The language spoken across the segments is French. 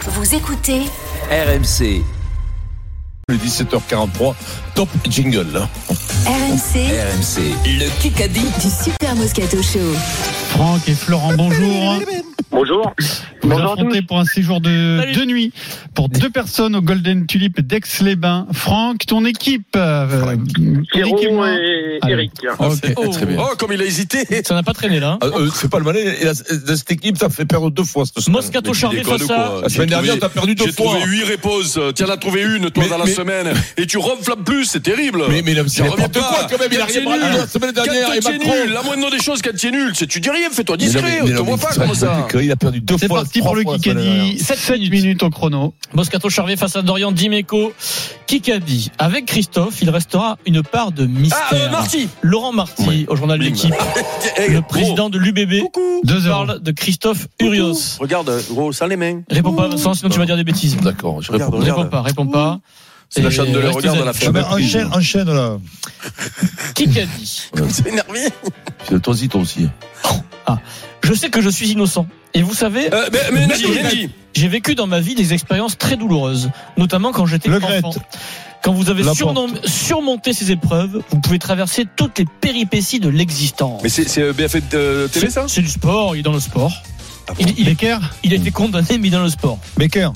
Vous écoutez RMC, Le 17h43, top jingle. RMC RMC, le Kikadi. du Super Moscato Show. Franck et Florent, bonjour. Bonjour. Vous Bonjour à tous. affrontez pour un séjour de deux nuits pour deux personnes au Golden Tulip d'Aix-les-Bains. Franck, ton équipe. euh, ton équipe, Pierrot moi. et Allez. Eric. Ok. Très bien. Oh, comme il a hésité. Ça n'a pas traîné là. hein. Ah, euh, c'est pas le malin. et la- et cette équipe, ça fait perdre deux fois cette semaine. euh, Moscato Charlie face à. La Ah, semaine dernière, t'as perdu deux J'ai fois. trouvé huit réponses. Tu en as trouvé une, toi, Mais- dans la mais- semaine. Et tu renflammes plus, c'est terrible. Mais, mais là, euh, c'est Ça revient n'importe pas. quoi quand même. Il Quand arrive t'es nul, la semaine Quand dernière et t'es Macron. nul, la moindre des choses, quand tu es nul, c'est tu dis rien, fais-toi Mais non, mais- discret, on mais te non, voit mais pas ça, comme c'est ça. ridicule, Il a perdu deux C'est fois. parti trois pour le fois la semaine Kikadi. dernière. 7 minutes. minutes au chrono. Moscato Charvet face à Dorian Dimeco. Kikadi. Avec Christophe, il restera une part de mystère. Ah, euh, Marty. Laurent Marty, Oui. au journal de Bim. l'équipe, Eh, le gros, président de l'UBB, Coucou. 2 heures. parle de Christophe Urios. Regarde, gros, sans les mains. Réponds pas, Vincent, sinon tu vas dire des bêtises. D'accord, je réponds. Regarde, Réponds pas, réponds pas. C'est la Et chaîne de la restez regarde zen. à la Ah fin. ben, enchaîne, enchaîne là. Kikadi. C'est énervé. C'est toi aussi, toi aussi. Je sais que je suis innocent. Et vous savez, Euh, Mais mais Merci, Nadine, Nadine. Nadine. J'ai vécu dans ma vie des expériences très douloureuses, notamment quand j'étais Le enfant. Grette. Quand vous avez La surnom- surmonté ces épreuves, vous pouvez traverser toutes les péripéties de l'existence. Mais c'est- c'est euh, BFM euh, Télé, C'est ça c'est du sport, il est dans le sport. Ah bon Il, il, Becker il a été condamné, mais dans le sport. Becker.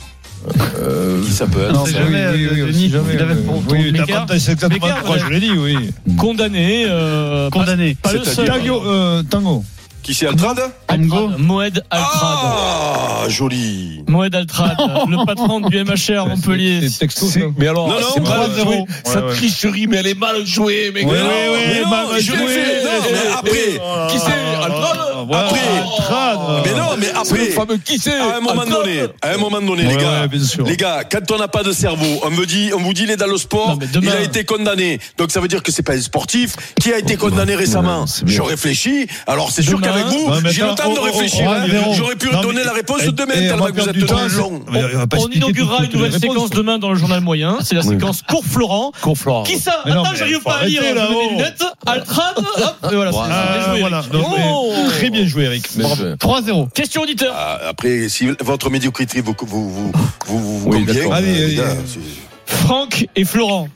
Qui ça peut Non, être c'est oui, jamais, oui, euh, oui, Denis, si jamais, il avait euh, bon ton. oui, t'as Becker. pas- c'est exactement Becker, pourquoi ouais. je l'ai dit, oui. Condamné, euh, condamné. pas, pas le seul. C'est-à-dire- Tango, euh, tango. Qui c'est Altrad Tango. Altrad, Moed Altrad. Ah, joli. Moed Altrad, le patron du MHR Montpellier. C'est texto. Si, ça. Mais alors, Non, non, c'est mal 3-0. joué. Ouais, Cette ouais. tricherie, mais elle est mal jouée, mais Ouais, gars. ouais, ouais, Mais non, mal mais je l'ai jouée. fait. Non, mais après, Ah, Qui c'est Altrad voilà. Après. Altrad. Mais non, mais C'est le après, fameux qui c'est à un moment Altrad donné, à un moment donné, les Ouais, gars. ouais, bien sûr. Les gars, quand on n'a pas de cerveau, on me dit, on vous dit il est dans le sport, Non, mais demain- il a été condamné. Donc ça veut dire que c'est pas un sportif qui a été condamné récemment. c'est bien. Je réfléchis. Alors c'est sûr Demain- qu'avec vous, Ouais, mais j'ai le attends, temps de on- on- réfléchir. on- hein. on- J'aurais pu non, donner mais- la réponse demain Et on va tellement que vous perdre êtes du temps. demain long. Mais va pas On expliquer inaugurera toutes une nouvelle les réponses. séquence demain dans le journal moyen. C'est la Oui. séquence pour Florent. Conflorent. Qui ça Ah Mais non, Attends, mais j'arrive faut pas à lire. arrêter, je là, mets mes oh. lunettes. Altrad, hop. Et voilà, Voilà. c'est- c'est bien Ah, joué, voilà. Eric. Donc, mais- Oh. Très bien joué, Eric. Mais- Bravo. 3-0. Question auditeur. Ah, Après, si votre médiocrité vous vous vous vous, vous, vous Oui, convient, d'accord. euh, Allez, les allez, gars, allez. c'est- Franck et Florent.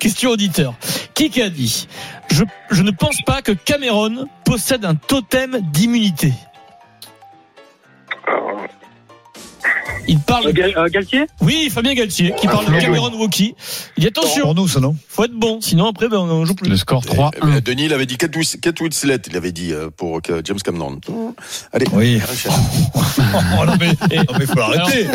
Question auditeur. Qui qui a dit je, je ne pense pas que Cameron possède un totem d'immunité. Il parle. Gal- euh, Galtier Oui, Fabien Galtier, qui parle de Cameron Wookie. Il dit attention, Pour nous, ça, non faut être bon, sinon après, ben, on joue plus. Le score Eh 3-1. bien, Denis, il avait dit Kate Wins- Kate Winslet, il avait dit euh, pour que James Cameron. Allez, Oui. enchaîne. Oh, non, mais non, mais faut l'arrêter.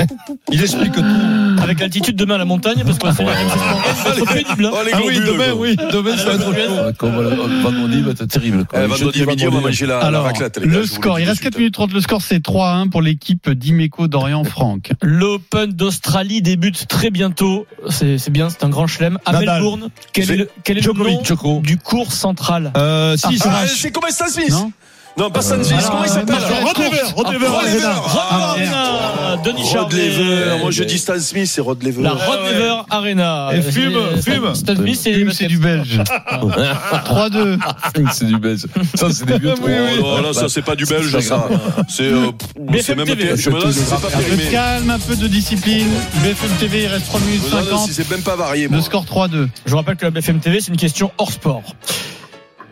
Il explique tout. Ah Avec l'altitude demain à la montagne, parce qu'on va faire la même chose en reste, ça va être pénible. hein. Oh, les Ah oui, globules, demain, quoi. oui. Demain, ça va être chaud. euh, Vendredi va être terrible. quoi. Eh, vendredi Jeudi, à midi, on va manger la, la Alors, raclette, les gars, je le vous score, dis il tout reste de suite. hein. 4 minutes 30. Le score, c'est 3-1 pour l'équipe d'Imeco d'Orient Franck. L'Open d'Australie débute très bientôt. C'est c'est bien, c'est un grand chelem. À Nadal. Melbourne, quel est le, quel est le nom Djokovic, Djoko. du cours central Euh, si, Ah, ça marche. c'est comment Stan Smith Non Non, pas Stan Smith, alors, comment il euh, s'appelle Marc- Rodever, Rodever, Ah, Rod Lever. Arena. Ah, Rod Lever Arena, Denis Rod Charvet. Lever, moi je dis Stan Smith, c'est Rod Lever. La Rod Lever Arena. Et fume, C'est- fume. Stan Smith, c'est Hume, C'est du belge. 3-2. Ah, C'est du belge. Ça, c'est des vieux Oh, non, non, ça c'est pas du belge, ça. C'est euh, pff, c'est BFM même TV. pas. Je me demande si c'est pas Un peu de périmé. calme, un peu de discipline. BFM TV, il reste 3 minutes Je me demande 50. si c'est même pas varié. Le moi. score 3-2. Je vous rappelle que la BFM TV, c'est une question hors sport.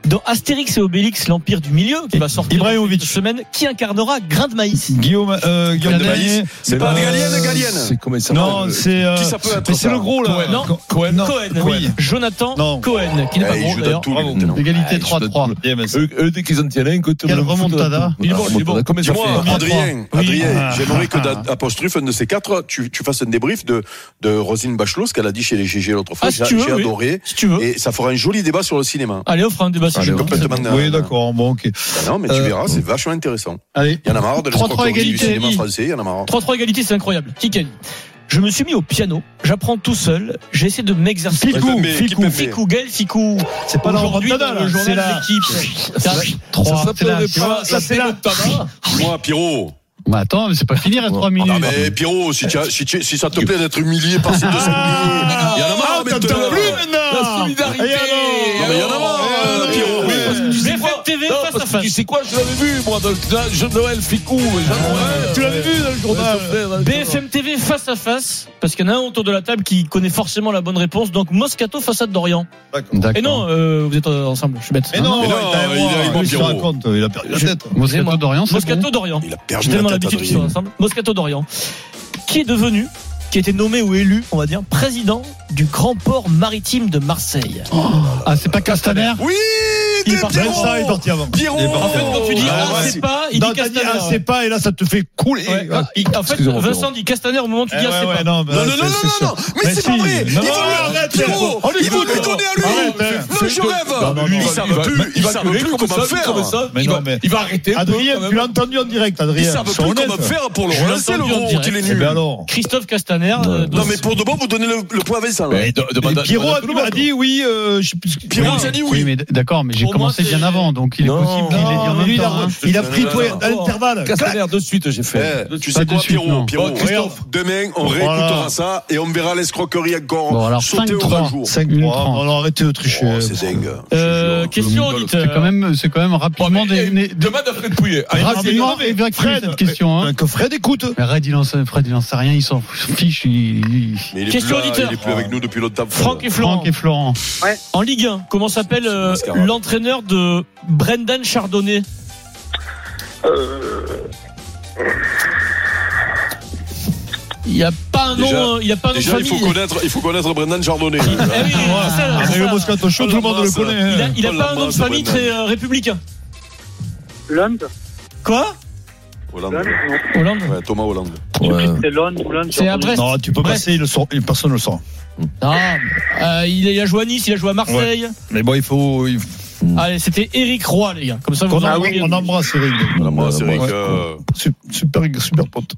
Dans Astérix et Obélix, l'Empire du Milieu, qui va sortir Ibrahimovic. cette semaine, qui incarnera Grain de Maïs Guillaume, euh, Guillaume de Maïs. Dallier. C'est pas Galien, la Galienne C'est comment ça Non, c'est. euh, Qui ça peut être mais c'est ça le gros là. Oh Cohen. Non. Co- Cohen. Non. Cohen, Oui. Jonathan Non. Cohen, qui n'est pas Eh, Il bon joue dans d'ailleurs. tout lui, Bravo. maintenant. Égalité Ah, 3-3. Bien, mais c'est- Eux, eux, dès qu'ils en tiennent un, côté. Quelle on le fout de la remontada. poule. Il est bon, Ah, il est bon. remontada. Comment ça Dis-moi, fait Adrien, Oui. Adrien Ah. j'aimerais que d'a- apostrophe un de ces quatre, tu, tu fasses un débrief de, de Rosine Bachelot, ce qu'elle a dit chez les GG l'autre fois. Ah, si J'ai- tu veux, J'ai oui. adoré. Si tu veux. Et ça fera un joli débat sur le cinéma. Allez, on fera un débat sur Allez, le on sujet. complètement dingue. Oui, d'accord. Bon, ok. Ben non, mais tu Euh, verras, c'est vachement intéressant. Allez. Il y en a marre de 3-3 l'escroquerie du égalité, cinéma oui. français, il y en a marre. 3-3 égalité, c'est incroyable. Qui gagne Je me suis mis au piano, j'apprends tout seul, j'essaie de m'exercer. Ficou, Qui peut aimer, qui Ficou, peut Ficou, Gaël Ficou. C'est pas la Aujourd'hui, remontada, dans là. le C'est journal de la- l'équipe. Ça, Ça- 3. Ça C'est là. s'appellerait pas Ça, c'est là. Moi, Pierrot. Bah, attends, mais c'est pas fini, il reste 3 minutes. Non, Ah, mais Pierrot, si, tu as- si, tu- si ça te plaît d'être humilié par ces 200 millions, il y en a marre t'en maintenant. plus maintenant La solidarité Et alors Non, mais il y en a marre, Eh, euh, oui, Pierrot. oui, BFM TV Non, face à parce que face. tu sais quoi, je l'avais vu, moi, dans le Jean Noël Ficou. Tu l'avais vu dans le journal. BFM TV face à face, parce qu'il y en a un autour de la table qui connaît forcément la bonne réponse. Donc Moscato face à Dorian. Et non, euh, vous êtes euh, ensemble, je suis bête. Mais non, Mais non, t'as- il il a- il a- a- il Pierrot. raconte, il a perdu la tête. Moscato d'Orient, c'est Hein Moscato Dorian. Il a perdu J'ai la tellement tête, l'habitude qu'ils soient Adrien. ensemble. Moscato Dorian, qui est devenu, qui a été nommé ou élu, on va dire, président du grand port maritime de Marseille. bon Ah, c'est pas Castaner Oui, Il des est parti. Pierrot. Ben ça, il est parti avant. Pierrot. Il est parti. En fait, quand tu dis Ah, ah, ouais. c'est pas, il Non, dit t'as dit, Castaner. ah, c'est pas, et là, ça te fait couler. Ouais. Ah, il- en fait, excusez-moi, Vincent Pierrot. dit Castaner au moment où tu dis Eh ah, ouais, c'est ouais, pas. non, bah, Non, non, c'est- non, non, c'est non, sûr. non, mais c'est si. pas vrai. Ils Non, vont lui arrête, Pierrot. Pierrot. Ils vont lui Arrête, donner à lui. arrête. Non, je Non, non, rêve. Lui, non, il il savent va- plus, il ils va savent gueuler plus comme comment ça, faire. comme ça. Il Il va- va- mais- Il va arrêter. un peu, quand Adrien, même. tu l'as entendu en direct, Adrien. Ils savent plus Sois honnête. comment faire pour le Je l'ai relancer, le entendu en gros, qu'il est direct. Eh nul. ben alors. Christophe Castaner. euh, Non, donc- mais pour de bon, vous donnez le le point à Vincent. là. Mais de- de- de- Pierrot de- de- a dit oui, je sais plus ce Pierrot, il a dit Oui, oui. mais d'accord, mais j'ai Pour moi, commencé bien c'est- avant, donc il est Non. possible qu'il ait dit en Non, même lui, il temps. a, hein. il a pris toi Non, à l'intervalle. Castaner, de suite, j'ai Eh, tu Pas sais de quoi, suite, Pierrot, non. Pierrot, Bon, Oh, Christophe. Christophe, demain, on Voilà. réécoutera ça et on verra l'escroquerie encore Bon, alors, sauter au 5-3. jour. 5 Une mois. trente. On a arrêté de tricher. Oh, c'est dingue. Je Euh, te jure. question C'est quand auditeur. même, c'est quand même rapidement des, des- Demande à Fred Pouillet. rapidement évacuer cette question. Hein. Que Fred écoute. Mais Red, il en sait, Fred, il en sait rien, il s'en fiche. il- il- Mais il est Question plus là, auditeur. Il est plus avec nous depuis l'autre table. Franck et Florent. Franck et Florent. En Ligue 1, comment s'appelle euh, Mascara. l'entraîneur de Brendan Chardonnay Il n'y a pas un Déjà- nom, euh, il n'y a pas un nom de Déjà, il faut famille. connaître, il faut connaître Brendan Chardonnay. Eh oui, c'est ça, Ah, c'est mais le ça. Moscato Show, Oh, tout le monde la le masse. connaît. hein. Il a, il a Oh, pas la un nom de masse, famille Brendan. très euh, républicain. Lund, Quoi Hollande. Lund, Hollande Ouais, Thomas Hollande. c'est Lund, ou Lund. C'est à Brest. Non, tu peux Bref. passer, il le sort- il- personne ne le sent. Ah, euh, il, a, il a joué à Nice, il a joué à Marseille. Mais bon, il faut. il- Allez, c'était Eric Roy, les gars. Comme ça, vous Qu'on en embrasse- parliez. on embrasse Eric. Voilà, moi, c'est vrai Ouais. que, euh, Su- Super, super pote.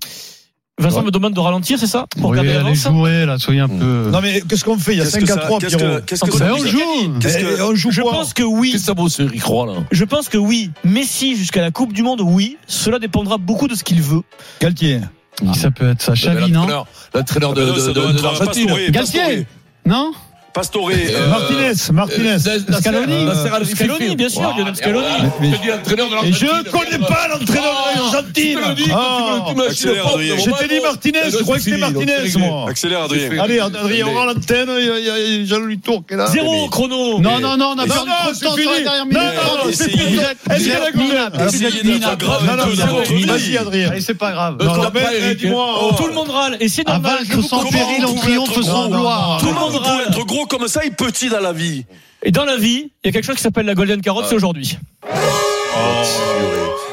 Vincent me demande de ralentir, c'est ça Pour Oui, garder allez, l'avance jouez, là, soyez un Mm. peu. Non, mais qu'est-ce qu'on fait Il y a qu'est-ce que 5 à ça- 3, qu'est-ce Pierrot. que- Qu'est-ce que Mais ça on nous a- joue qu'est-ce Eh, que- On joue Je quoi pense que oui. ça vaut ce Eric Roy, là Je pense que oui. Messi jusqu'à la Coupe du Monde, oui. Cela dépendra beaucoup de ce qu'il veut. Galtier. Ah. Qui ça peut être ça Chavi, non L'entraîneur l'entraîneur de, Ah, de, non, ça de, doit de être l'Argentine. Pastore, Galtier Non Pastore. Euh, Martinez, Martinez. Euh, Scaloni Nasser Al-Khelaifi. Scaloni, bien sûr, Ah, Lionel Scaloni. voilà. Mais- Je te dis l'entraîneur de Et l'Argentine. je connais pas l'entraîneur de l'Argentine. Ah. Accélère, Adrien. Je t'ai dit Martinez, je crois que c'était Martinez, moi. Accélère, Adrien. Allez, Adrien, on rend l'antenne. Il y a- il y a- il y a Jean-Louis Tour qui est là. Zéro chrono. Non, non, non, on a Ah, Non, perdu non, trop de c'est temps sur la fini. Non, dernière minute. non, non, c'est Essayez- fini. Est-ce Vous qu'elle a êtes minable. coupé Essayez d'être grave Non, non, de zéro. votre vie. Vas-y, Adrien. Allez, c'est pas grave. Non, Comme mais, pas, eh, Eric. dis-moi, Oh, oh. Tout le monde râle. Et c'est À normal. je vaincre vous sans comprends. péril, on on pouvait triomphe être sans grand, gloire. Tout le Comment monde vous pouvez râle. être gros comme ça et petit dans la vie Et dans la vie, il y a quelque chose qui s'appelle la Golden Carotte, c'est aujourd'hui.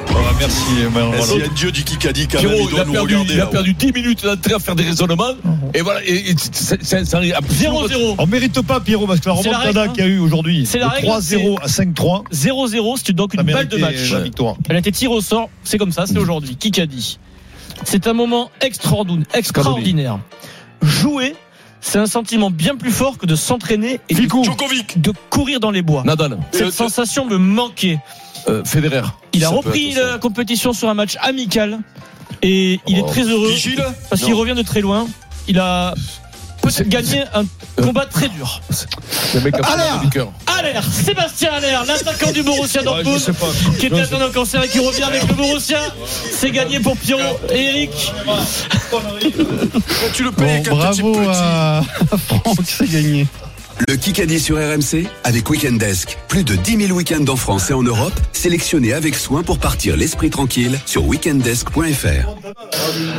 Ah, Merci, Emmanuel Eh, S'il y Valor. a Dieu du Kikadi quand même, Pierrot, il il doit a nous perdu, regarder. il a là-haut. perdu 10 minutes d'entrée à faire des raisonnements. Et voilà, et, et c'est- c'est- ça arrive. 0-0. On mérite pas, Pierrot, parce que la C'est la remontada règle, hein. qu'il y a eu aujourd'hui, C'est la de règle, 3-0 à 5-3, 0-0, c'est donc une ça balle de méritait match. la victoire. Elle a été tirée au sort, c'est comme ça, c'est aujourd'hui. Qui qu'a dit C'est un moment extraordinaire. extraordinaire. Jouer, c'est un sentiment bien plus fort que de s'entraîner et de, Djokovic. de courir dans les bois. Nadal, Cette Euh, sensation me manquait. euh, Federer. Il a Ça peut repris être ça. la compétition sur un match amical et il est Oh. très heureux Vigile parce qu'il Non. revient de très loin. Il a peut-être gagné un Euh. combat très dur. Le mec a fait le vainqueur. Allaire, Sébastien Allaire, l'attaquant du Borussia Dortmund, qui était atteint d'un cancer et qui revient avec le Borussia. C'est gagné pour Pierrot et Eric. Quand tu le Bon, payes, quand tu bravo à à Franck, c'est gagné. Le Kikadi sur RMC avec Weekendesk. Plus de 10 000 week-ends en France et en Europe, sélectionnés avec soin pour partir l'esprit tranquille sur weekendesk.fr.